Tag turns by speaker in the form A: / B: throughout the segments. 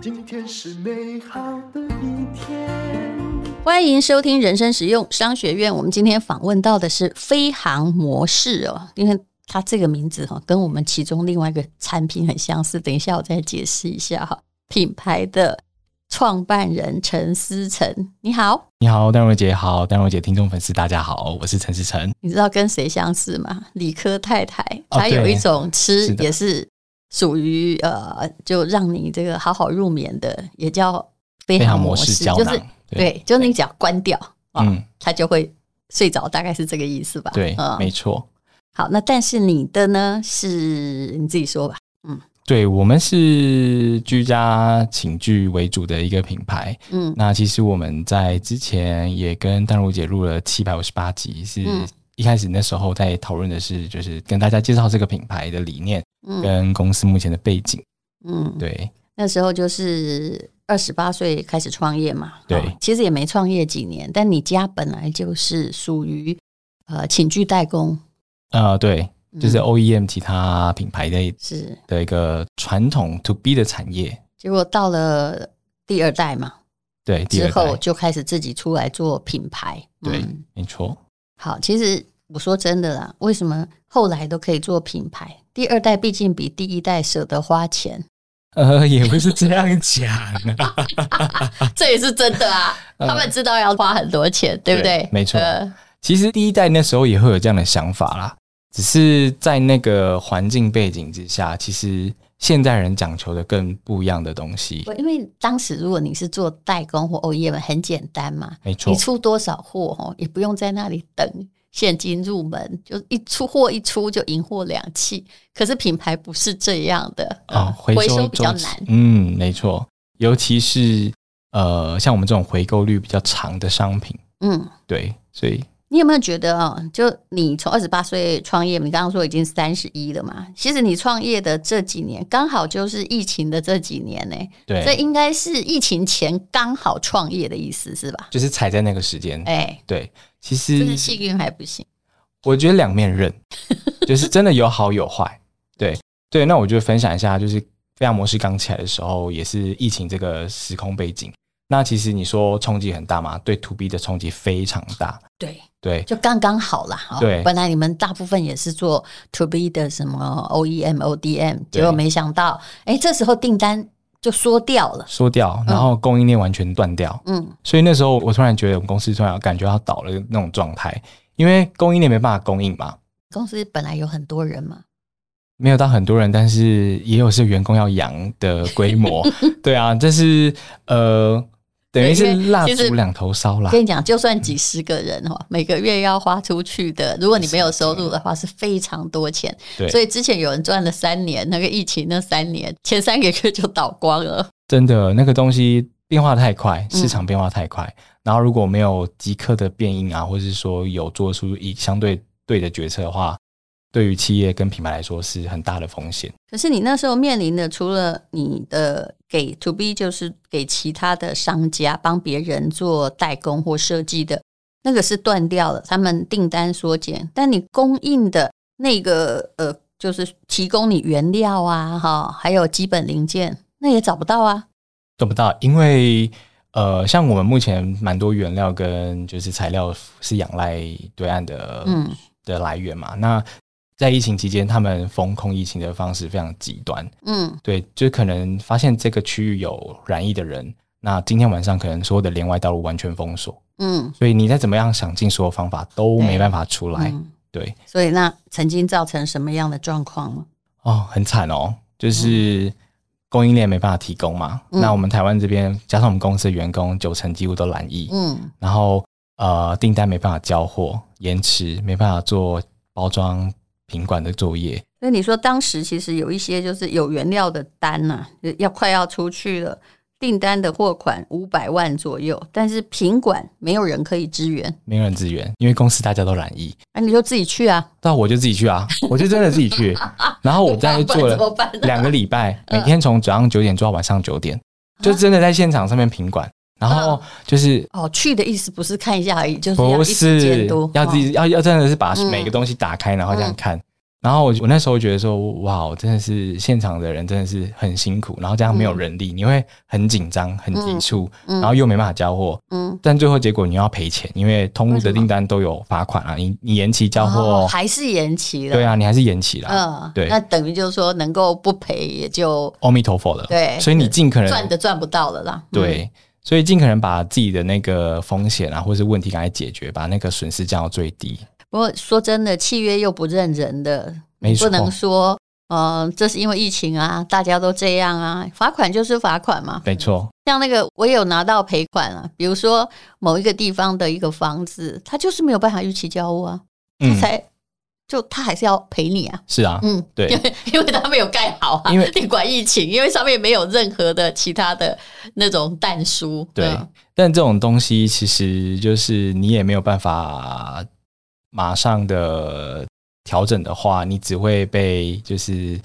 A: 今天是美好的一天。
B: 欢迎收听人生实用商学院。我们今天访问到的是飞航模式哦，因为它这个名字哈、哦，跟我们其中另外一个产品很相似。等一下我再解释一下哈。品牌的创办人陈思成，你好，
C: 你好，丹如姐好，丹如姐听众粉丝大家好，我是陈思成。
B: 你知道跟谁相似吗？理科太太，
C: 哦
B: 她有一种吃
C: 是的
B: 也是属于呃，就让你这个好好入眠的，也叫飞
C: 非
B: 航
C: 常
B: 模
C: 模式
B: 式，
C: 胶
B: 就是
C: 囊，
B: 对，就是你只要关掉啊，
C: 嗯
B: 它就会睡着，大概是这个意思吧？
C: 对，没
B: 嗯，
C: 错。
B: 好，那但是你的呢，是你自己说吧。
C: 对我们是居家寝具为主的一个品牌。
B: 嗯
C: 那其实我们在之前也跟丹如姐录了七百五十八集，是
B: 嗯
C: 一开始那时候在讨论的是，就是跟大家介绍这个品牌的理念
B: 嗯
C: 跟公司目前的背景。
B: 嗯，
C: 对，
B: 那时候就是二十八岁开始创业嘛。
C: 对
B: 哦其实也没创业几年，但你家本来就是属于呃寝具代工，
C: 呃，对，就是
B: 嗯
C: OEM 其他品牌的
B: 是，
C: 的一个传统 To B 的产业。
B: 结果到了第二代嘛
C: 对，第
B: 之
C: 二代
B: 后就开始自己出来做品牌。
C: 对
B: 嗯，
C: 没错。
B: 好，其实我说真的啦，为什么后来都可以做品牌？第二代毕竟比第一代舍得花钱，
C: 呃， 也不是这样讲啊，
B: 这也是真的啊。
C: 呃
B: 他们知道要花很多钱，对不对？
C: 对没错
B: 呃
C: 其实第一代那时候也会有这样的想法啦，只是在那个环境背景之下，其实现代人讲求的更不一样的东西。
B: 因为当时如果你是做代工或 OEM，很简单嘛，
C: 没错
B: 你，出多少货哦，也不用在那里等现金入门，就一出货一出就赢货两气。可是品牌不是这样的，
C: 啊、
B: 呃
C: 回
B: 回收
C: 收
B: 比较
C: 周期
B: 难。
C: 嗯，没错，尤其是呃，像我们这种回购率比较长的商品，
B: 嗯，
C: 对，所以
B: 你有没有觉得啊、哦？就你从二十八岁创业，你刚刚说已经三十一了嘛？其实你创业的这几年，刚好就是疫情的这几年呢、这
C: 对，
B: 应该是疫情前刚好创业的意思是吧？
C: 就是踩在那个时间。
B: 哎、
C: 对，其
B: 这
C: 实
B: 是幸运还不行。
C: 我觉得两面 刃，就是真的有好有坏。对对，那我就分享一下，就是飞扬模式刚起来的时候，也是疫情这个时空背景。那其实你说冲击很大嘛？对 to B 的冲击非常大。
B: 对，
C: 对
B: 就刚刚好啦。哦
C: 对
B: 本来你们大部分也是做 to B 的什么 E OEM、ODM，结果没想到，哎，这时候订单就缩掉了。
C: 缩掉，然后供应链完全断掉，
B: 嗯
C: 所以那时候我突然觉得我们公司突然感觉要倒了那种状态，因为供应链没办法供应嘛，
B: 公司本来有很多人嘛，
C: 没有到很多人，但是也有是员工要养的规 模，对啊，这是呃，等于
B: 对
C: 是
B: 因为
C: 蜡
B: 其实
C: 烛两头烧啦，
B: 跟你讲，就算几十个人哈，每个月要花出去的，如果你没有收入的话，是非常多钱。
C: 对
B: 所以之前有人赚了三年，那个疫情那三年，前三个月就倒光了。
C: 真的，那个东西变化太快，
B: 嗯
C: 市场变化太快，然后如果没有即刻的变应啊，或者是说有做出一相对对的决策的话，对于企业跟品牌来说是很大的风险。
B: 可是你那时候面临的，除了你的给 to B，就是给其他的商家帮别人做代工或设计的那个是断掉了，他们订单缩减，但你供应的那个呃，就是提供你原料啊，哈，还有基本零件，那也找不到啊。
C: 做不到，因为呃，像我们目前蛮多原料跟就是材料是仰赖对岸的、
B: 嗯
C: 的来源嘛。那在疫情期间，他们封控疫情的方式非常极端，
B: 嗯
C: 对，就可能发现这个区域有染疫的人，那今天晚上可能所有的连外道路完全封锁，
B: 嗯，
C: 所以你再怎么样想尽所有方法都没办法出来，
B: 嗯
C: 对，
B: 所以那曾经造成什么样的状况吗？
C: 哦，很惨哦，就是供应链没办法提供嘛。
B: 嗯
C: 那我们台湾这边加上我们公司的员工，九成几乎都染疫，
B: 嗯
C: 然后呃订单没办法交货，延迟没办法做包装品管的作业，
B: 所以你说当时其实有一些就是有原料的单呐、就要快要出去了，订单的货款五百万左右，但是品管没有人可以支援，
C: 没有人支援，因为公司大家都染疫。
B: 啊，你就自己去啊，
C: 那我就自己去啊，我就真的自己 去，然哦后我在
B: 不
C: 做
B: 然怎么
C: 了
B: 办呢
C: 两个礼拜，
B: 嗯啊
C: 每天从早上九点做到晚上九点，就真的在现场上面品管，然后就是
B: 哦，去的意思不是看一下而已，就是要
C: 不
B: 一直监
C: 哦是
B: 督，
C: 要自己要要真的是把
B: 哦嗯
C: 每个东西打开，然后这样看。然后我我那时候觉得说，哇，真的是现场的人真的是很辛苦，然后加上没有人力，你会很紧张、很急促，
B: 嗯
C: 然后又没办法交货，
B: 嗯，
C: 但最后结果你要赔钱，因为通路
B: 为什
C: 的
B: 么
C: 订单都有罚款啊，你你延期交货，
B: 哦还是延期了，
C: 对，啊，你还是延期了，
B: 嗯，
C: 对
B: 那等于就是说能够不赔也就
C: 阿弥陀佛了，
B: 对
C: 所以你尽可能
B: 赚都赚不到了啦，嗯，
C: 对，所以尽可能把自己的那个风险啊，或是问题赶快解决，把那个损失降到最低。
B: 不过说真的，契约又不认人的，
C: 没错
B: 不能说，呃，这是因为疫情啊，大家都这样啊，罚款就是罚款嘛。
C: 没错，
B: 像那个我也有拿到赔款啊，比如说某一个地方的一个房子，他就是没有办法逾期交屋啊，他
C: 嗯，
B: 才、就他还是要赔你啊，
C: 是啊，
B: 嗯，
C: 对
B: 因为因为他没有盖好啊，
C: 因为
B: 你管疫情，因为上面没有任何的其他的那种弹书，
C: 对
B: 嗯
C: 但这种东西其实就是你也没有办法马上的调整的话，你只会被就是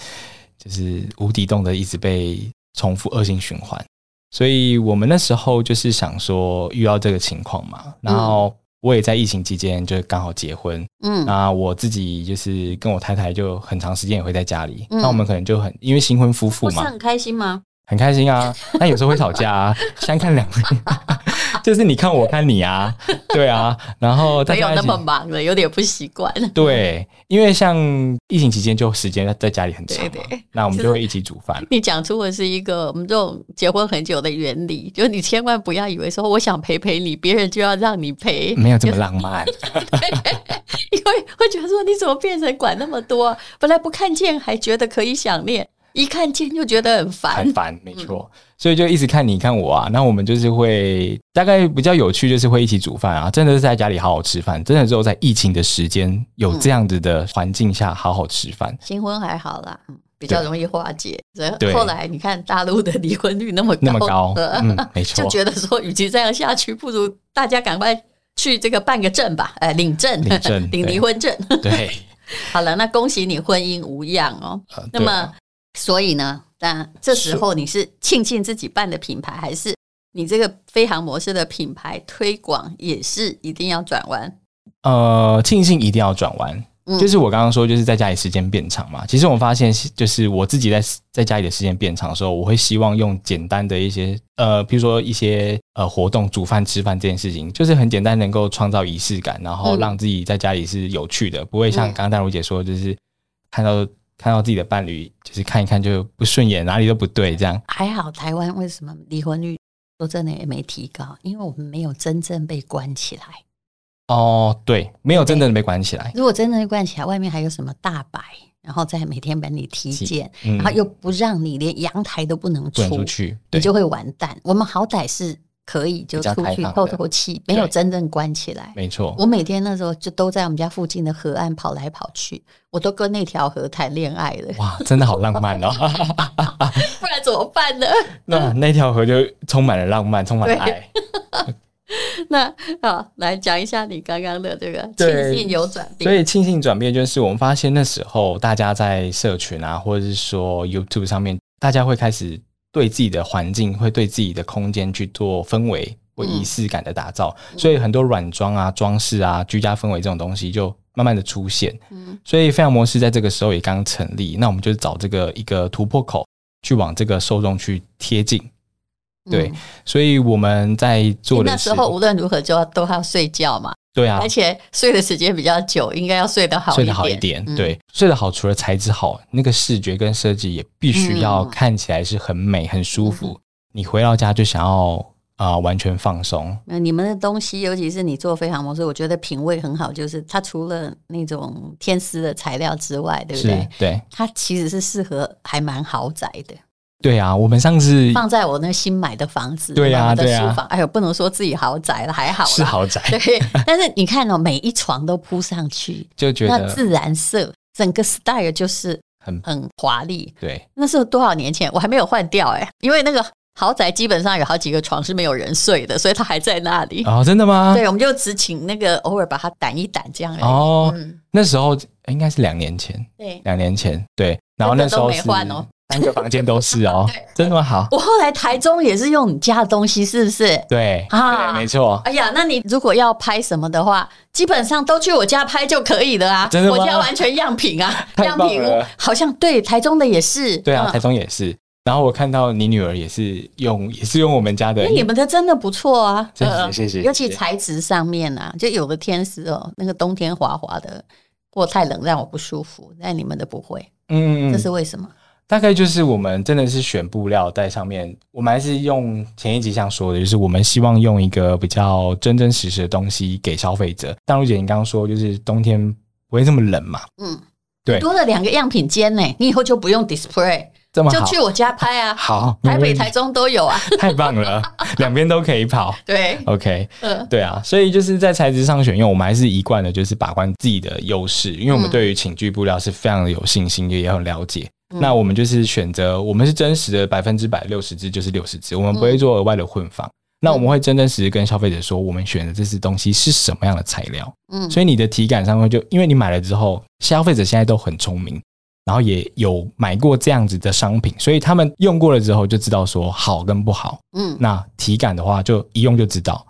C: 就是无底洞的一直被重复恶性循环。所以我们那时候就是想说遇到这个情况嘛，然后我也在疫情期间就刚好结婚，
B: 嗯
C: 那我自己就是跟我太太就很长时间也会在家里，
B: 嗯
C: 那我们可能就很因为新婚夫妇
B: 不是
C: 嘛，
B: 很开心吗？
C: 很开心啊。那有时候会吵架啊， 相看两厌， 就是你看我看你啊，对啊。然后大
B: 没有
C: 家一
B: 那
C: 起
B: 么忙了，有点不习惯。
C: 对，因为像疫情期间就时间在家里很长嘛，
B: 对对
C: 那我们就会一起煮饭。
B: 你讲出的是一个我们这种结婚很久的原理，就是你千万不要以为说我想陪陪你，别人就要让你陪，
C: 没有这么浪漫，
B: 因为会觉得说你怎么变成管那么多？本来不看见还觉得可以想念，一看见就觉得很烦
C: 很。烦，没错。所以就一直看你看我啊，那我们就是会大概比较有趣，就是会一起煮饭啊，真的是在家里好好吃饭，真的只有在疫情的时间有这样子的环境下好好吃饭。
B: 新婚还好啦，嗯比较
C: 对
B: 容易化解。然后
C: 对
B: 后来你看大陆的离婚率那么高，呃
C: 那么高嗯没错
B: 就觉得说，与其这样下去，不如大家赶快去这个办个证吧，哎、领证，
C: 领证 对
B: 领离婚证。
C: 对，
B: 好了，那恭喜你婚姻无恙哦。
C: 呃
B: 那么，所以呢，那这时候你是庆幸自己办的品牌，还是你这个飞航模式的品牌推广也是一定要转弯？
C: 呃，庆幸一定要转弯。
B: 嗯
C: 就是我刚刚说，就是在家里时间变长嘛。其实我发现，就是我自己在在家里的时间变长的时候，我会希望用简单的一些呃，比如说一些呃活动，煮饭、吃饭这件事情，就是很简单，能够创造仪式感，然后
B: 嗯
C: 让自己在家里是有趣的，不会像
B: 嗯
C: 刚刚大如姐说，就是看到看到自己的伴侣，就是看一看就不顺眼，哪里都不对这样。
B: 还好台湾为什么离婚率说真的也没提高？因为我们没有真正被关起来。
C: 哦，对，没有真正的被管起来，
B: 如果真正被关起来，外面还有什么大白，然后再每天把你体
C: 体
B: 检，
C: 嗯
B: 然后又不让你连阳台都不能
C: 滚
B: 出
C: 出去，
B: 你
C: 对，
B: 就会完蛋。我们好歹是可以就
C: 比较
B: 出
C: 开
B: 去
C: 放的
B: 透透气，没有
C: 对
B: 真正关起来。
C: 没错，
B: 我每天那时候就都在我们家附近的河岸跑来跑去，我都跟那条河谈恋爱了，
C: 哇，真的好浪漫哦。
B: 不然怎么办呢？
C: 那那条河就充满了浪漫，充满了
B: 嗯对
C: 爱。
B: 那好，来讲一下你刚刚的这个
C: 对
B: 庆幸有转
C: 所
B: 变，
C: 以庆幸转变就是我们发现那时候大家在社群啊，或者是说 YouTube 上面，大家会开始对自己的环境，会对自己的空间去做氛围或仪式感的打造。
B: 嗯
C: 所以很多软装啊、装饰啊、居家氛围这种东西就慢慢的出现。
B: 嗯
C: 所以飞扬模式在这个时候也刚成立，那我们就找这个一个突破口，去往这个受众去贴近。对
B: 嗯
C: 所以我们在
B: 你
C: 做的
B: 那
C: 是
B: 时，候无论如何就要都要睡觉嘛，
C: 对啊，
B: 而且睡的时间比较久，应该要睡得好
C: 睡得好一点，
B: 嗯
C: 对，睡得好除了材质好，那个视觉跟设计也必须要
B: 嗯
C: 看起来是很美、很舒服。你回到家就想要啊、呃完全放松，
B: 那你们的东西，尤其是你做飞航模式，我觉得品味很好，就是它除了那种天丝的材料之外，对不
C: 是
B: 对？
C: 对
B: 它其实是适合还蛮豪宅的，
C: 对啊。我们上次
B: 放在我那新买的房子，
C: 对呀
B: 我的
C: 对
B: 书
C: 呀
B: 房，哎呦，不能说自己豪宅了，还好啦
C: 是豪宅，
B: 对， 但是你看哦，每一床都铺上去，
C: 就觉
B: 那
C: 得
B: 自然色，整个 style 就是
C: 很
B: 很华丽。
C: 对
B: 那是多少年前，我还没有换掉哎、因为那个豪宅基本上有好几个床是没有人睡的，所以它还在那里。
C: 哦，真的吗？
B: 对，我们就只请那个偶尔把它掸一掸这样而已。
C: 哦，
B: 嗯，
C: 那时候应该是两年前，
B: 对，
C: 两年前对，然后那时候
B: 都没
C: 是
B: 换哦，
C: 三个房间都是 哦，真的吗？好，
B: 我后来台中也是用你家的东西，是不是？
C: 对，
B: 啊
C: 对，没错，
B: 哎呀，那你如果要拍什么的话，基本上都去我家拍就可以了啊。
C: 真的吗
B: 我家完全样品啊，
C: 太
B: 样
C: 棒
B: 品
C: 了
B: 好像对台中的也是。
C: 对啊，
B: 嗯
C: 台中也是。然后我看到你女儿也是用，也是用我们家的
B: 那，哎你们的真的不错啊，
C: 谢谢
B: 呃
C: 谢谢
B: 尤其
C: 谢谢
B: 材质上面啊，就有的天是哦，那个冬天滑滑的，或太冷让我不舒服，但你们的不会，
C: 嗯，嗯
B: 这
C: 嗯
B: 是为什么？
C: 大概就是我们真的是选布料在上面，我们还是用前一集想说的，就是我们希望用一个比较真真实实的东西给消费者。淡如姐，你刚刚说就是冬天不会这么冷嘛？
B: 嗯，
C: 对
B: 多了两个样品间呢，你以后就不用 display，
C: 这么
B: 就
C: 好，
B: 去我家拍啊，
C: 好，
B: 台
C: 没
B: 北、
C: 问题
B: 台中都有啊。
C: 太棒了，两边都可以跑。
B: 对，
C: OK，
B: 嗯
C: 对啊，所以就是在材质上选用，我们还是一贯的就是把关自己的优势，因为我们
B: 嗯
C: 对于寝具布料是非常的有信心，也很了解。
B: 嗯
C: 那我们就是选择，我们是真实的百分之百六十支就是六十支，我们不会做额外的混纺。
B: 嗯
C: 那我们会真真实实跟消费者说，我们选的这支东西是什么样的材料。
B: 嗯，
C: 所以你的体感上面就，因为你买了之后，消费者现在都很聪明，然后也有买过这样子的商品，所以他们用过了之后就知道说好跟不好。
B: 嗯，
C: 那体感的话，就一用就知道。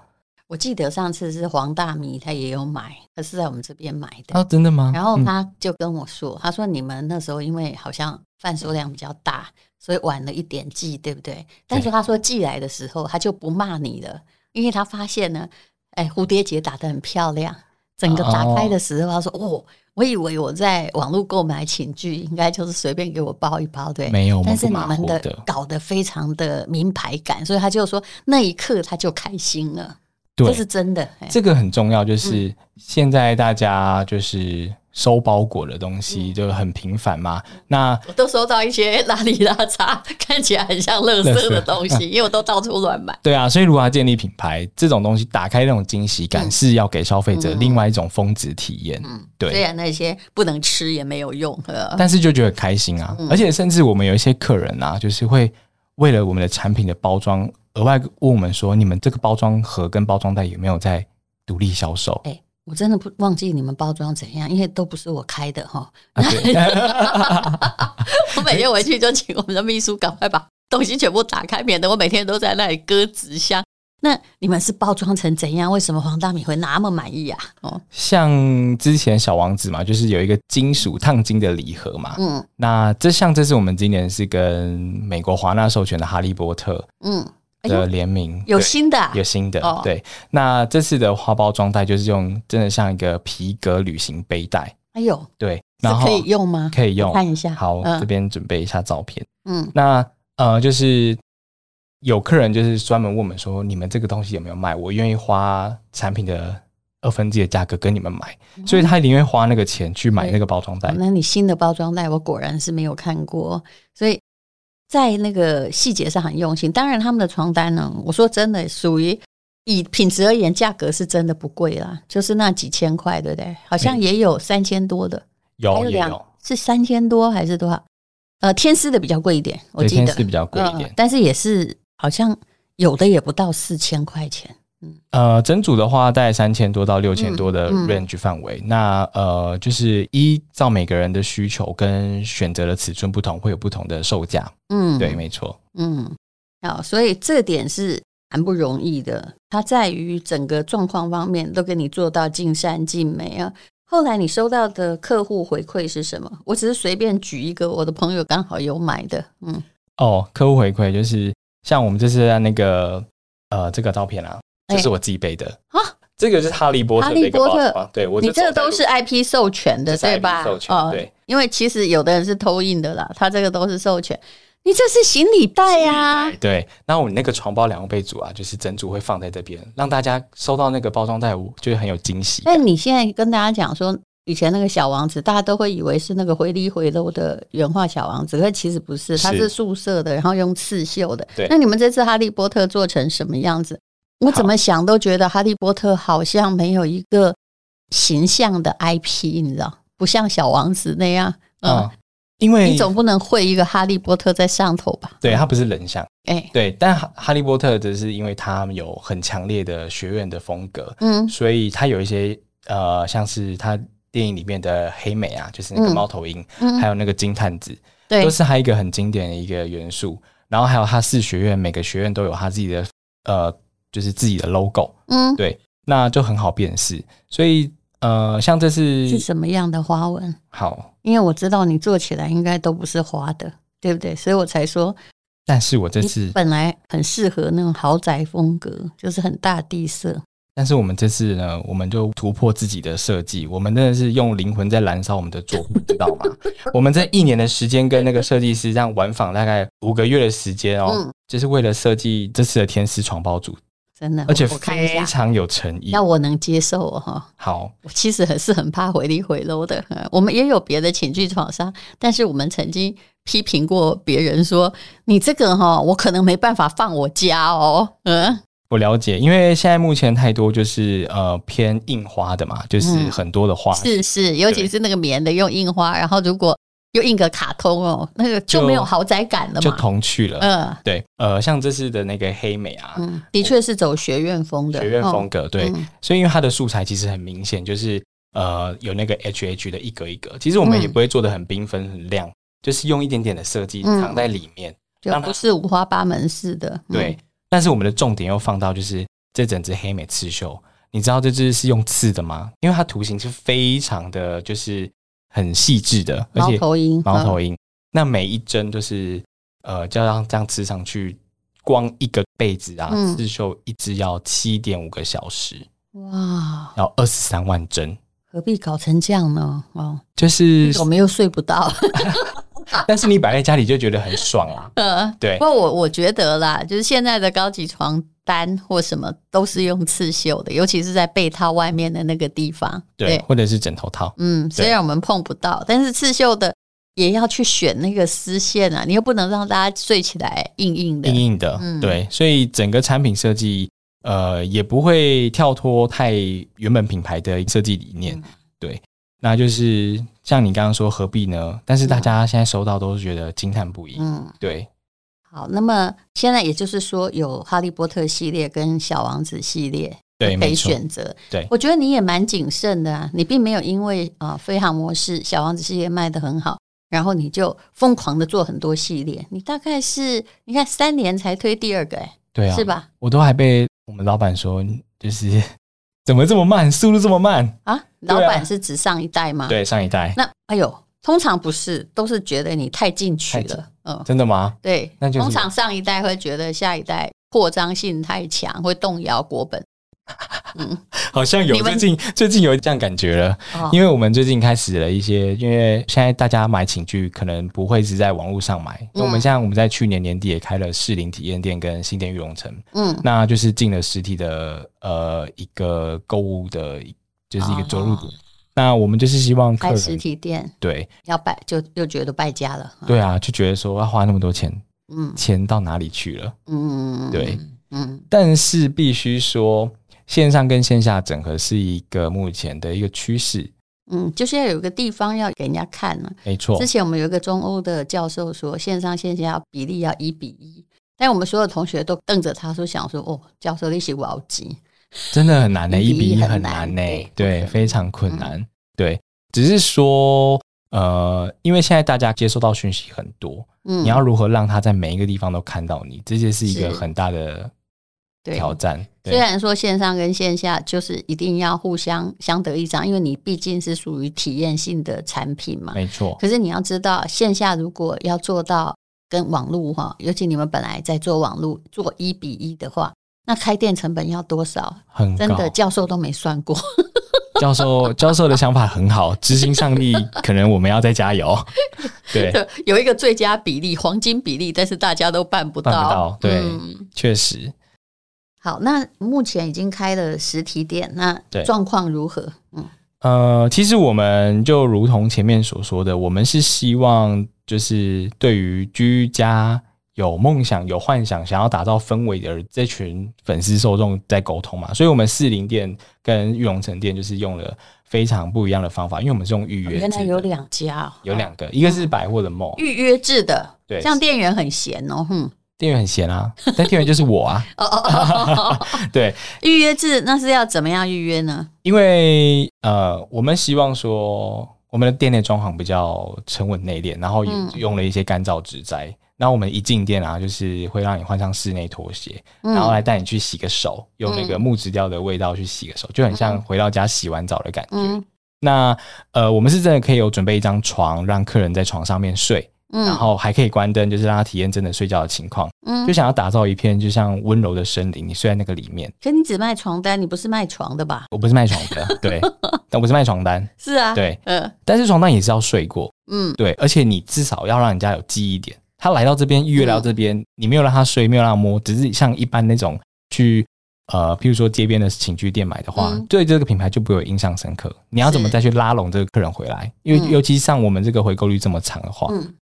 B: 我记得上次是黄大米，他也有买，他是在我们这边买的。
C: 啊，真的吗？
B: 然后
C: 嗯
B: 他就跟我说，他说你们那时候因为好像贩售量比较大，所以晚了一点寄，对不对？但是他说寄来的时候他就不骂你了，因为他发现呢，哎，蝴蝶结打得很漂亮。整个打开的时候，他说：“哦，我以为我在网络购买寝具，应该就是随便给我包一包，对？
C: 没有我们
B: 但是
C: 不
B: 你
C: 马
B: 们
C: 虎
B: 的
C: 的
B: 搞得非常的名牌感，所以他就说那一刻他就开心了，
C: 对
B: 这是真的。哎
C: 这个很重要，
B: 嗯
C: 就是现在大家就是收包裹的东西
B: 嗯
C: 就很频繁嘛。那
B: 我都收到一些邋里邋遢、看起来很像垃圾的东 西，因为我都到处乱买。
C: 对啊，所以如果要建立品牌，这种东西打开那种惊喜感，
B: 嗯
C: 是要给消费者
B: 嗯
C: 另外一种峰值体验。
B: 嗯，
C: 对
B: 虽然那些不能吃也没有用，呃，
C: 但是就觉得很开心啊。
B: 嗯
C: 而且甚至我们有一些客人啊，就是会为了我们的产品的包装，额外问我们说，你们这个包装盒跟包装袋有没有在独立销售？
B: 哎、我真的不忘记你们包装怎样，因为都不是我开的哈。
C: 啊 对
B: 我每天回去就请我们的秘书赶快把东西全部打开，免得我每天都在那里搁纸箱。那你们是包装成怎样？为什么黄大米会那么满意啊？哦，
C: 像之前小王子嘛，就是有一个金属烫金的礼盒嘛。
B: 嗯
C: 那这像这次我们今年是跟美国华纳授权的《哈利波特
B: 嗯，》哎
C: 的
B: 呦，
C: 联名，
B: 有
C: 对
B: 新的、啊，
C: 有新的、
B: 哦
C: 对。那这次的花包装袋就是用真的像一个皮革旅行背带，
B: 哎呦，
C: 对，
B: 是
C: 然后
B: 可以用吗？
C: 可以用
B: 我看一下，
C: 好，这
B: 嗯
C: 边准备一下照片。
B: 嗯
C: 那呃，就是有客人就是专门问我们说，你们这个东西有没有卖？我愿意花产品的二分之一的价格跟你们买，所以他宁愿花那个钱去买那个包装袋
B: 哦。那你新的包装袋，我果然是没有看过，所以在那个细节上很用心。当然，他们的床单呢，我说真的，属于以品质而言，价格是真的不贵啦，就是那几千块，对不对？好像
C: 嗯
B: 也有三千多的，还
C: 有
B: 有
C: 也
B: 两
C: 有，
B: 是三千多还是多少？呃，天丝的比较贵一点，我
C: 对，
B: 记
C: 天
B: 得
C: 是比较贵一
B: 嗯
C: 点。
B: 但是也是好像有的也不到四千块钱。
C: 呃，整组的话在三千多到六千
B: 嗯
C: 多的
B: 嗯
C: range 范围。那呃，就是依照每个人的需求跟选择的尺寸不同，会有不同的售价。
B: 嗯，
C: 对，没错。
B: 嗯，好，所以这点是蛮不容易的。它在于整个状况方面都给你做到尽善尽美啊。后来你收到的客户回馈是什么？我只是随便举一个，我的朋友刚好有买的，嗯
C: 哦，客户回馈就是像我们这次在那个呃这个照片啊，
B: 哎
C: 这是我自己背的
B: 啊
C: 这个是哈利波特
B: 哈
C: 的
B: 利
C: 一个
B: 波
C: 包
B: 特
C: 装，对我
B: 你这个
C: 走在
B: 都
C: 路
B: 是 IP 授权的
C: 这是
B: 对吧哦
C: IP 授？权对，
B: 因为其实有的人是偷印的啦，他这个都是授权。你这是行李袋呀、啊，
C: 对，那我们那个床包两用被组啊，就是整组会放在这边，让大家收到那个包装袋，我觉得很有惊喜感。
B: 但你现在跟大家讲说，以前那个小王子，大家都会以为是那个回力回漏的原画小王子，可其实不是，
C: 是
B: 它是素色的，然后用刺绣的。
C: 对
B: 那你们这次哈利波特做成什么样子？我怎么想都觉得哈利波特好像没有一个形象的 IP，你知道，不像小王子那样。嗯，
C: 嗯，因为
B: 你总不能绘一个哈利波特在上头吧？
C: 对它不是人像，
B: 哎、
C: 对，但哈哈利波特只是因为它有很强烈的学院的风格，
B: 嗯
C: 所以它有一些呃，像是它电影里面的黑美啊，就是那个
B: 嗯
C: 猫头鹰，
B: 嗯
C: 还有那个金探子，
B: 对
C: 都，是它一个很经典的一个元素。然后还有它四学院，每个学院都有它自己的呃，就是自己的 logo，
B: 嗯，
C: 对，那就很好辨识。所以呃，像这次
B: 是什么样的花纹？
C: 好，
B: 因为我知道你做起来应该都不是花的，对不对？所以我才说
C: 但是我这次
B: 你本来很适合那种豪宅风格，就是很大地色。
C: 但是我们这次呢，我们就突破自己的设计，我们真的是用灵魂在燃烧我们的作品，知道 吗？我们这一年的时间跟那个设计师这样玩访大概五个月的时间哦，
B: 嗯
C: 就是为了设计这次的天师床包组，
B: 真的，
C: 而且
B: 我我看一
C: 非
B: 下，
C: 常有诚意
B: 要。我能接受哦哈、
C: 好，
B: 我其实很是很怕回力回漏的。 呃我们也有别的情绪厂商，但是我们曾经批评过别人说：“你这个哈、我可能没办法放我家哦。”嗯，
C: 我了解，因为现在目前太多就是呃偏印花的嘛，啊就是
B: 嗯
C: 很多的花、
B: 是是，尤其是那个棉的用印花，然后如果又印个卡通哦，那个就
C: 就
B: 没有豪宅感了
C: 就
B: 嘛。
C: 童趣了。
B: 嗯
C: 对，呃，像这次的那个黑美啊，
B: 嗯，的确是走学院风的
C: 学院风
B: 哦
C: 格，对，
B: 嗯
C: 所以因为它的素材其实很明显，就是呃有那个 H H 的一格一格，其实我们
B: 嗯
C: 也不会做的很缤纷很亮，就是用一点点的设计
B: 嗯
C: 藏在里面，
B: 就不是五花八门式的。嗯
C: 对。，但是我们的重点又放到就是这整只黑美刺绣，你知道这只是用刺的吗？因为它图形是非常的就是很细致的，而
B: 猫
C: 且
B: 头鹰，
C: 猫头
B: 鹰，
C: 鹰，那每一针就是呃，就让这样刺上去，光一个被子啊，
B: 嗯
C: 刺绣一只要七点五个小时。
B: 哇，
C: 然后二十三万针，
B: 何必搞成这样呢？哦，
C: 就是，
B: 我们又睡不到。
C: 但是你摆在家里就觉得很爽啊。
B: 呃，
C: 对
B: 不过我我觉得啦，就是现在的高级床单或什么都是用刺绣的，尤其是在被套外面的那个地方。
C: 对，或者是枕头套，
B: 嗯，虽然我们碰不到，但是刺绣的也要去选那个丝线啊，你又不能让大家睡起来硬硬的。
C: 硬硬的，
B: 嗯
C: 对，所以整个产品设计，呃，也不会跳脱太原本品牌的设计理念，
B: 嗯
C: 对，那就是像你刚刚说何必呢？但是大家现在收到都是觉得惊叹不已，
B: 嗯，
C: 对，
B: 好，那么现在也就是说有哈利波特系列跟小王子系列。
C: 对
B: 可
C: 没
B: 以
C: 错
B: 选择。
C: 对
B: 我觉得你也蛮谨慎的啊，你并没有因为啊、呃飞航模式、小王子系列卖的很好，然后你就疯狂的做很多系列。你大概是你看三年才推第二个、欸，
C: 对啊，
B: 是？吧？
C: 我都还被我们老板说，就是 怎么这么慢，速度这么慢？
B: 啊，
C: 对
B: 老
C: 啊
B: 板是只上一代吗？。
C: 对，上一代
B: 那哎呦，通常不是，都是觉得你太进取
C: 太进
B: 了。嗯，
C: 真的吗？
B: 对。
C: 那就是
B: 通常上一代会觉得下一代扩张性太强，会动摇国本。
C: 好像有
B: 你们
C: 最近最近有这样感觉了。
B: 哦
C: 因为我们最近开始了一些，因为现在大家买寝具可能不会是在网络上买，
B: 嗯
C: 那、我们像我们在去年年底也开了适龄体验店跟新店玉龙城，
B: 嗯，
C: 那就是进了实体的呃一个购物的，就是一个着陆点。那我们就是希望客
B: 开哦实
C: 人
B: 体嗯店
C: 对
B: 要败就又觉得败家了。
C: 对啊，就觉得说要花那么多钱，
B: 嗯
C: 钱到哪里去了？
B: 嗯，
C: 对，
B: 嗯。
C: 但是必须说，线上跟线下整合是一个目前的一个趋势，
B: 嗯，就是要有个地方要给人家看呢、
C: 没错
B: 之。前我们有一个中欧的教授说，线上线下比例要一比一，但我们所有同学都瞪着他说，想说哦，教授利息我好急。
C: 真的很难呢、
B: 一
C: 一
B: 比
C: 比
B: 一
C: 一
B: 很
C: 很
B: 难
C: 难呢、
B: 对
C: 对，
B: 不可嗯
C: 非常困难。对，只是说，呃，因为现在大家接收到讯息很多，
B: 嗯，
C: 你要如何让他在每一个地方都看到你，这就是一个
B: 是
C: 很大的
B: 对
C: 挑战。
B: 虽
C: 对，
B: 然说线上跟线下就是一定要互相相得益彰，因为你毕竟是属于体验性的产品嘛。
C: 没错，
B: 可是你要知道，线下如果要做到跟网络哈，尤其你们本来在做网络做一比一的话，那开店成本要多少？
C: 很
B: 真
C: 高。
B: 的教授都没算过。
C: 教 授，教授的想法很好，执行上力可能我们要再加 油。对，
B: 对， 有一个最佳比例，黄金比例，但是大家都办不到。
C: 办不到对
B: 嗯
C: 确实，
B: 好，那目前已经开了实体店，那
C: 对
B: 状况如何？嗯
C: 呃，其实我们就如同前面所说的，我们是希望就是对于居家有梦想、有幻想、想要打造氛围的这群粉丝受众在沟通嘛，所以我们四零店跟玉龙城店就是用了非常不一样的方法，因为我们是用预约制的，
B: 原来有两嗯家、哦，
C: 有两个，一个是百货的梦，
B: 预约制的，
C: 对
B: 这样店员很闲哦。哼、
C: 店员很闲啊，但店员就是我啊。
B: 哦哦哦哦，
C: 对，
B: 预约制那是要怎么样预约呢？
C: 因为呃，我们希望说我们的店内装潢比较沉稳内敛，然后也
B: 嗯
C: 用了一些干燥植栽。那、我们一进店啊，就是会让你换上室内拖鞋，
B: 嗯
C: 然后来带你去洗个手，用那个木质调的味道去洗个手，就很像回到家洗完澡的感觉。
B: 嗯
C: 那呃，我们是真的可以有准备一张床，让客人在床上面睡，
B: 嗯，
C: 然后还可以关灯，就是让他体验真的睡觉的情况。
B: 嗯
C: 就，想要打造一片就像温柔的森林，你睡在那个里面。
B: 可你只卖床单，你不是卖床的吧？
C: 我不是卖床的， 对，但我是卖床单，
B: 是啊，，
C: 对，
B: 呃，
C: 但是床单也是要睡过，
B: 嗯
C: 对，而且你至少要让人家有记忆点。他来到这边，预约到这
B: 嗯
C: 边，你没有让他睡，没有让他摸，只是像一般那种去呃，譬如说街边的寝具店买的话，
B: 嗯
C: 对这个品牌就不会有印象深刻。你要怎么
B: 是
C: 再去拉拢这个客人回来？因为
B: 嗯
C: 尤其像我们这个回购率这么长的话，
B: 嗯，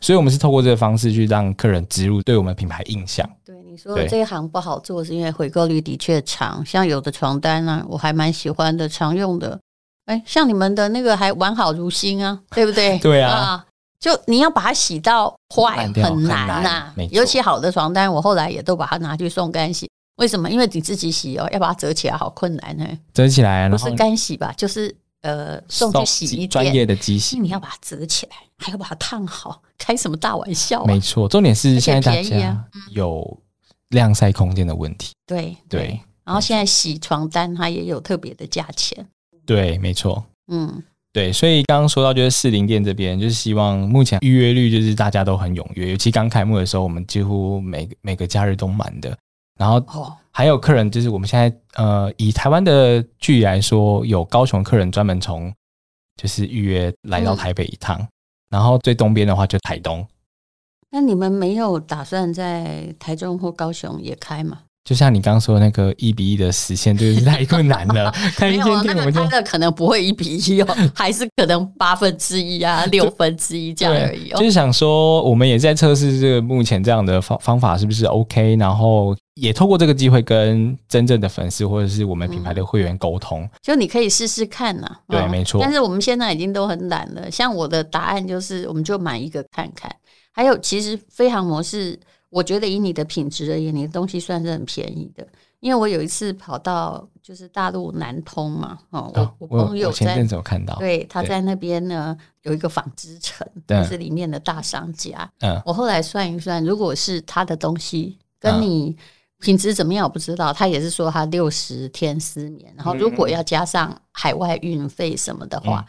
C: 所以我们是透过这个方式去让客人植入对我们品牌印象。
B: 对，你说
C: 对
B: 这一行不好做，是因为回购率的确长，像有的床单呢、我还蛮喜欢的，常用的。哎，像你们的那个还完好如新啊，对不 对？
C: 对啊
B: 就你要把它洗到坏
C: 烂掉
B: 很
C: 很
B: 难
C: 难
B: 呐、
C: 没错
B: 尤其好的床单，我后来也都把它拿去送干洗。为什么？因为你自己洗哦，要把它折起来好困难呢、啊
C: 折起来，然
B: 不
C: 后
B: 是干洗吧，就是呃送去洗衣
C: 机
B: 店，嗯
C: 专业的机
B: 是
C: 洗，
B: 你要把它折起来，还要把它烫好，开什么大玩笑啊
C: 没？错。重点是
B: 而且
C: 现在大
B: 便宜啊
C: 家有晾晒空间的问题，
B: 对
C: 对
B: 然后现在洗床单它也有特别的价钱，
C: 对，没错。
B: 嗯
C: 对，所以刚刚说到就是士林店这边，就是希望目前预约率就是大家都很踊跃，尤其刚开幕的时候，我们几乎每个每个假日都满的。然后
B: 哦，
C: 还有客人，就是我们现在呃，以台湾的距离来说，有高雄客人专门从就是预约来到
B: 嗯
C: 台北一趟，然后最东边的话就台东，
B: 那你们没有打算在台中或高雄也开吗？
C: 就像你刚刚说的那个一比一的实现，这个是 太困难 了。看一
B: 没有
C: 间
B: 啊，
C: 店
B: 那
C: 我
B: 个
C: 就
B: 开的可能不会一比一 哦，还是可能八分之一啊、六分之一这样而
C: 对，
B: 已
C: 就
B: 哦。
C: 是想说我们也在测试这个目前这样的方方法是不是 OK，然后也透过这个机会跟真正的粉丝或者是我们品
B: 嗯
C: 牌的会员沟通。
B: 就你可以试试看呐、
C: 对
B: 哦
C: 没错
B: 但是我们现在已经都很懒了，像我的答案就是，我们就买一个看看。还有，其实飞航模式，我觉得以你的品质而言，你的东西算是很便宜的。因为我有一次跑到就是大陆南通嘛，哦，我、
C: 哦
B: 我
C: 我
B: 朋
C: 有
B: 友
C: 我前
B: 在
C: 阵子有看到，
B: 对，他
C: 哦对
B: 在那边呢有一个纺织城，
C: 对
B: 就是里面的大商家。
C: 嗯
B: 我后来算一算，如果是他的东西跟
C: 嗯
B: 你品质怎么样我不知道，他也是说他六十天丝棉，
C: 嗯
B: 然后如果要加上海外运费什么的话，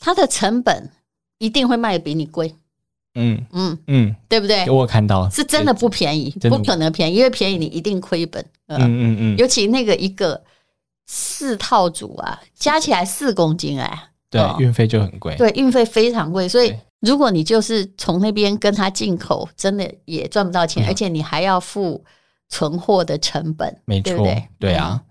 B: 它的成本一定会卖得比你贵，
C: 嗯
B: 嗯，
C: 嗯，
B: 对不对？
C: 我有看到，
B: 是真的不便宜，
C: 真的
B: 不可能便宜，因为便宜你一定亏本。呃
C: 嗯嗯嗯，
B: 尤其那个一个四套组啊，加起来四公斤哎、
C: 对
B: 哦，
C: 运费就很贵，
B: 对，运费非常贵，所以
C: 对
B: 如果你就是从那边跟他进口，真的也赚不到钱，
C: 嗯
B: 而且你还要付存货的成本，
C: 没
B: 对
C: 错
B: 不对，嗯
C: 对啊。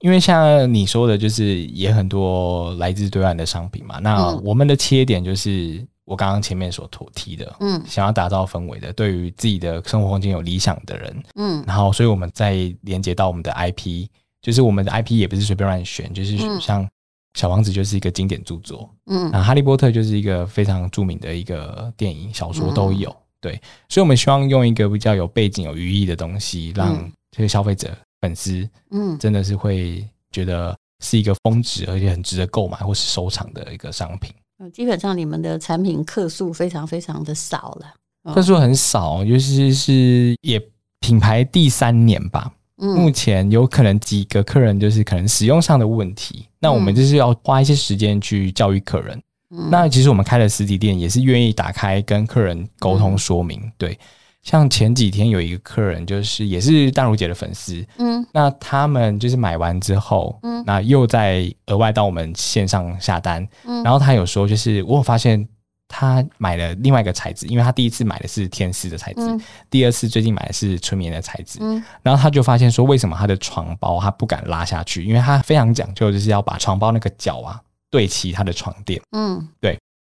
C: 因为像你说的，就是也很多来自对岸的商品嘛。那
B: 嗯
C: 我们的切点就是我刚刚前面所提的，
B: 嗯
C: 想要打造氛围的，对于自己的生活空间有理想的人，
B: 嗯
C: 然后，所以我们再连接到我们的 IP，就是我们的 IP 也不是随便乱选，就是
B: 嗯
C: 像《小王子》就是一个经典著作，
B: 嗯
C: 那《哈利波特》就是一个非常著名的一个电影、小说都有。
B: 嗯
C: 对，所以我们希望用一个比较有背景、有寓意的东西，让
B: 嗯
C: 这些消费者、粉丝
B: 嗯，
C: 真的是会觉得是一个峰值，而且很值得购买或是收藏的一个商品。
B: 嗯基本上你们的产品克数非常非常的少了，哦
C: 但是很少，尤其是也品牌第三年吧，目
B: 嗯
C: 前有可能几个客人就是可能使用上的问题，那我们就是要花一些时间去教育客人。
B: 嗯
C: 那其实我们开了实体店，也是愿意打开跟客人沟通说明。
B: 嗯
C: 对，像前几天有一个客人，就是也是淡如姐的粉丝，
B: 嗯
C: 那他们就是买完之后，
B: 嗯
C: 那又在额外到我们线上下单，
B: 嗯
C: 然后他有说，就是我有发现他买了另外一个材质，因为他第一次买的是天丝的材质，
B: 嗯
C: 第二次最近买的是纯棉的材质，
B: 嗯
C: 然后他就发现说，为什么他的床包他不敢拉下去，因为他非常讲究，就是要把床包那个角啊对齐他的床垫。
B: 嗯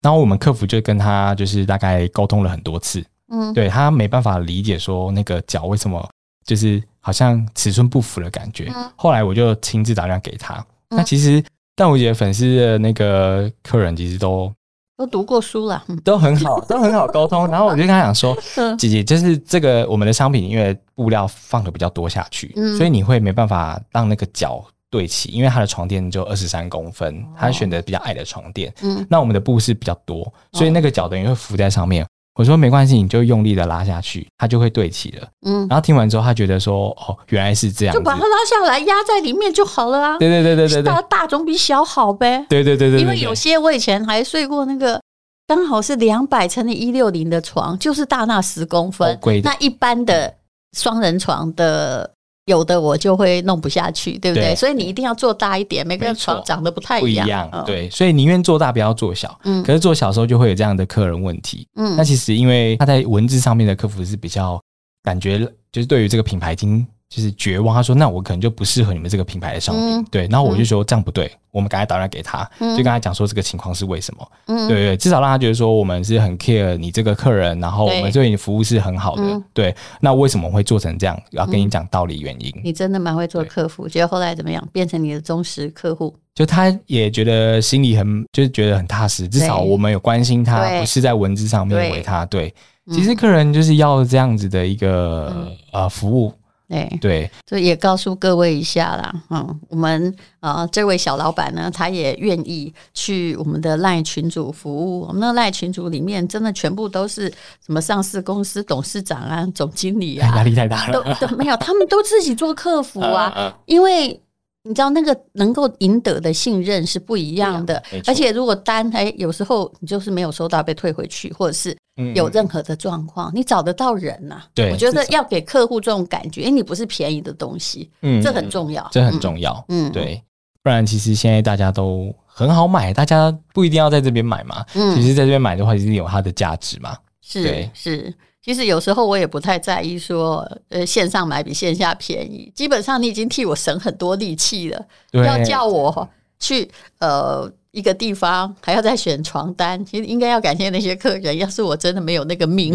C: 然后我们客服就跟他就是大概沟通了很多次，
B: 嗯，
C: 对他没办法理解说那个脚为什么就是好像尺寸不符的感觉
B: 嗯。
C: 后来我就亲自打电话给他。
B: 嗯
C: 那其实但我姐粉丝的那个客人其实都
B: 都读过书了，嗯
C: 都很好，都很好沟通。然后我就跟他讲说，
B: 嗯
C: 姐姐，就是这个我们的商品，因为布料放的比较多下去，
B: 嗯
C: 所以你会没办法让那个脚对齐，因为它的床垫就二十三公分，
B: 哦
C: 他选择比较矮的床垫。
B: 嗯
C: 那我们的布是比较多，
B: 哦
C: 所以那个脚等于会浮在上面。我说没关系，你就用力的拉下去，它就会对齐了。
B: 嗯，
C: 然后听完之后，他觉得说，哦，原来是这样
B: 就
C: 子。
B: 把它拉下来压在里面就好了啊。
C: 对对对对对对
B: 大大总比小好呗。
C: 对对对对对，
B: 因为有些我以前还睡过那个，刚好是两百乘以一六零的床，就是大那十公分
C: 好贵。的
B: 那一般的双人床的，有的我就会弄不下去，对不对？
C: 对
B: 所以你一定要做大一点，每个人
C: 没错
B: 床长得不太
C: 不一
B: 样。
C: 样
B: 嗯，，
C: 对，所以宁愿做大不要做小。
B: 嗯
C: 可是做小的时候就会有这样的客人问题。那
B: 嗯
C: 其实因为他在文字上面的客服是比较感觉就是对于这个品牌已经就是绝望，他说那我可能就不适合你们这个品牌的商品，
B: 嗯
C: 对。然后我就说这样不对，我们赶快打电话给他，
B: 嗯
C: 就跟他讲说这个情况是为什么，
B: 嗯，
C: 对对，至少让他觉得说我们是很 care 你这个客人，然后我们
B: 对
C: 对你服务是很好的，
B: 嗯
C: 对。那为什么会做成这样？要跟你讲道理原因，
B: 你真的蛮会做客服，结果后来怎么样？变成你的忠实客户。
C: 就他也觉得心里很，就是觉得很踏实，至少我们有关心他，
B: 对
C: 不是在文字上面
B: 对嗯
C: 为他。对，其实客人就是要这样子的一个、呃服务，
B: 对，
C: 对，
B: 所以也告诉各位一下啦，嗯，我们啊、呃这位小老板呢，他也愿意去我们的赖群主服务。我们的赖群主里面真的全部都是什么上市公司董事长啊、总经理
C: 压
B: 啊，
C: 力太大
B: 都
C: 了。
B: 都没有，他们都自己做客 服啊，
C: 嗯，嗯
B: 因为你知道那个能够赢得的信任是不一样的，
C: 啊不一样没错
B: 而且如果单哎有时候你就是没有收到被退回去，或者是
C: 嗯
B: 有任何的状况，你找得到人呐、啊
C: 对
B: 我觉得
C: 至少
B: 要给客户这种感觉，哎，你不是便宜的东西，
C: 嗯
B: 这很重要，
C: 这很重要，
B: 嗯，嗯，
C: 对，不然其实现在大家都很好买，大家不一定要在这边买嘛。
B: 嗯
C: 其实在这边买的话，其实有它的价值嘛。
B: 是
C: 对
B: 是。其实有时候我也不太在意说，呃，线上买比线下便宜。基本上你已经替我省很多力气了。
C: 对，
B: 要叫我去呃一个地方，还要再选床单，其实应该要感谢那些客人。要是我真的没有那个命，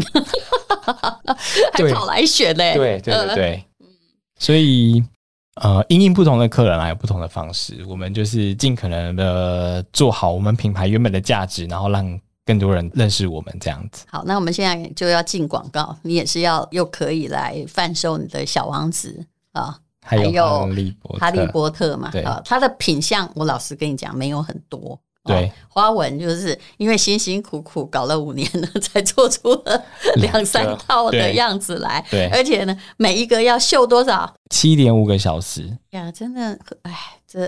B: 还
C: 对
B: 跑来选嘞、
C: 对对
B: 呃
C: 对对，所以呃，因应不同的客人来有不同的方式，我们就是尽可能的做好我们品牌原本的价值，然后让更多人认识我们这样子。
B: 好，那我们现在就要进广告，你也是要又可以来贩售你的小王子啊，
C: 还
B: 还有
C: 有哈利波特，
B: 哈利波特嘛
C: 对，
B: 啊，它的品相我老实跟你讲没有很多。啊
C: 对，
B: 花纹就是因为辛辛苦苦搞了五年 了，才做出了两三套的
C: 对
B: 样子来，
C: 对
B: 而且呢，每一个要绣多少？
C: 七点五个小时，
B: 呀，真的，哎，这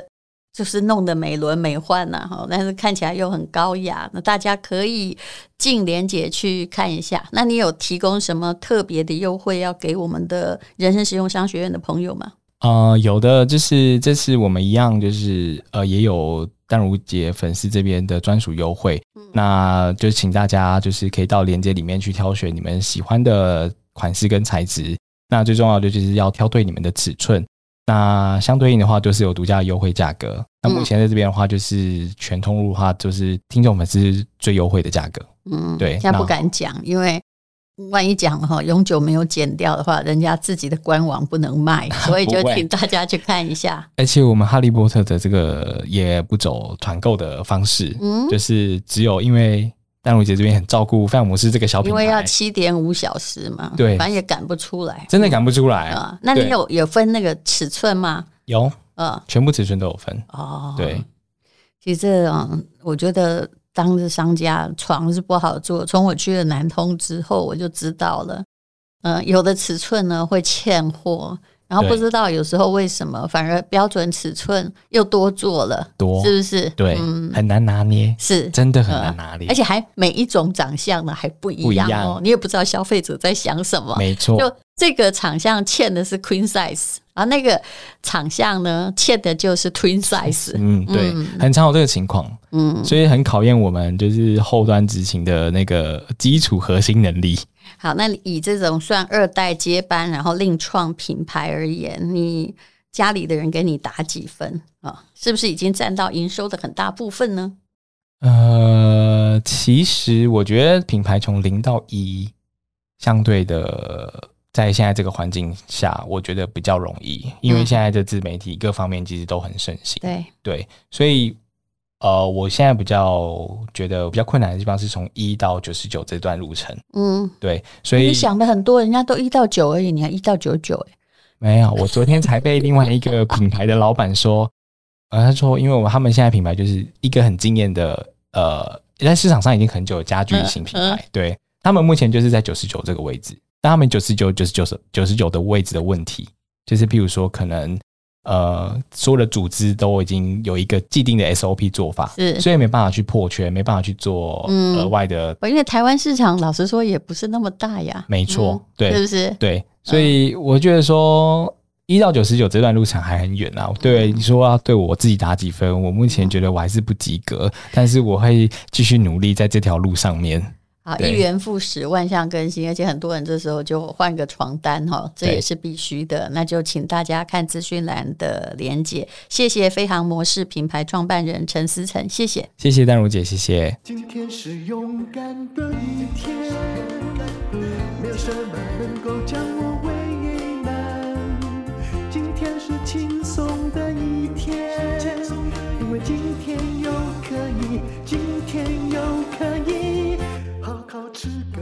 B: 就是弄得美轮美奂呐、哈，但是看起来又很高雅。那大家可以进莲姐去看一下。那你有提供什么特别的优惠要给我们的人生实用商学院的朋友吗？
C: 呃，有的就是这次我们一样，就是呃，也有淡如姐粉丝这边的专属优惠，那就请大家就是可以到链接里面去挑选你们喜欢的款式跟材质。那最重要的就是要挑对你们的尺寸。那相对应的话，就是有独家的优惠价格。那目前在这边的话，就是全通路的话，就是听众粉丝最优惠的价格。
B: 嗯，
C: 对
B: 现在不
C: 那
B: 敢讲，因为。万一讲了哈，永久没有剪掉的话，人家自己的官网不能 卖，所以就
C: 不会
B: 请大家去看一 下。
C: 而且我们哈利波特的这个也不走团购的方式，
B: 嗯，
C: 就是只有因为丹如姐这边很照顾范姆斯这个小品
B: 因为要
C: 牌，
B: 七点五小时嘛，
C: 对
B: 反正也赶不出来
C: 真的赶不出来。
B: 啊。那你
C: 对
B: 有有分那个尺寸吗？
C: 有
B: 呃，
C: 全部尺寸都有分，
B: 哦，
C: 对，
B: 其实这种我觉得当着商家床是不好做。从我去了南通之后，我就知道了，嗯、有的尺寸呢会欠货，然后
C: 对
B: 不知道有时候为什么反而标准尺寸又多做了，
C: 多
B: 是不是？
C: 哦
B: 嗯
C: 对，很难拿捏，
B: 是。
C: 真的很难拿捏，
B: 嗯而且还每一种长相呢还不一样
C: 不一
B: 哦，
C: 样
B: 你也不知道消费者在想什么。
C: 没错，
B: 就这个厂项欠的是 queen size，然后那个厂项呢欠的就是 twin size。
C: 嗯，对，
B: 嗯
C: 很常有这个情况，
B: 嗯，
C: 所以很考验我们就是后端执行的那个基础核心能力。
B: 好，那你以这种算二代接班，然后另创品牌而言，你家里的人给你打几分啊、是不是已经占到营收的很大部分呢？
C: 呃，其实我觉得品牌从零到一，相对的，在现在这个环境下，我觉得比较容易，因为
B: 嗯
C: 现在的自媒体各方面其实都很盛行，
B: 对，
C: 对，所以呃，我现在比较觉得比较困难的地方是从一到九十九这段路程，
B: 嗯，
C: 对，所以
B: 你想的很多，人家都一到九而已，你还一到九九，哎，
C: 没有，我昨天才被另外一个品牌的老板说，呃，他说，因为我们他们现在品牌就是一个很惊艳的，呃，在市场上已经很久的家居型品牌，
B: 嗯
C: 对他们目前就是在九十九这个位置，但他们九十九、九十九、九十九的位置的问题，就是譬如说可能。呃，所有的组织都已经有一个既定的 SOP 做法，
B: 是
C: 所以没办法去破圈，没办法去做
B: 嗯
C: 额外的，
B: 因为台湾市场老实说也不是那么大呀，
C: 没错，
B: 嗯
C: 对，
B: 是不是？
C: 对，所以我觉得说一到九十九这段路程还很远啊。对，你说要对我自己打几分？我目前觉得我还是不及格，但是我会继续努力在这条路上面。
B: 好，
C: 对
B: 啊一元复始，万象更新，而且很多人这时候就换个床单哈，这
C: 对
B: 也是必须的。那就请大家看资讯栏的连接。谢谢飞航模式品牌创办人陈思成，谢谢。
C: 谢谢丹如姐，谢谢。
A: 今天是勇敢的一天，没有什么能够将我为难。今天是轻松的一天，因为今天又可以，今天又可以好好吃个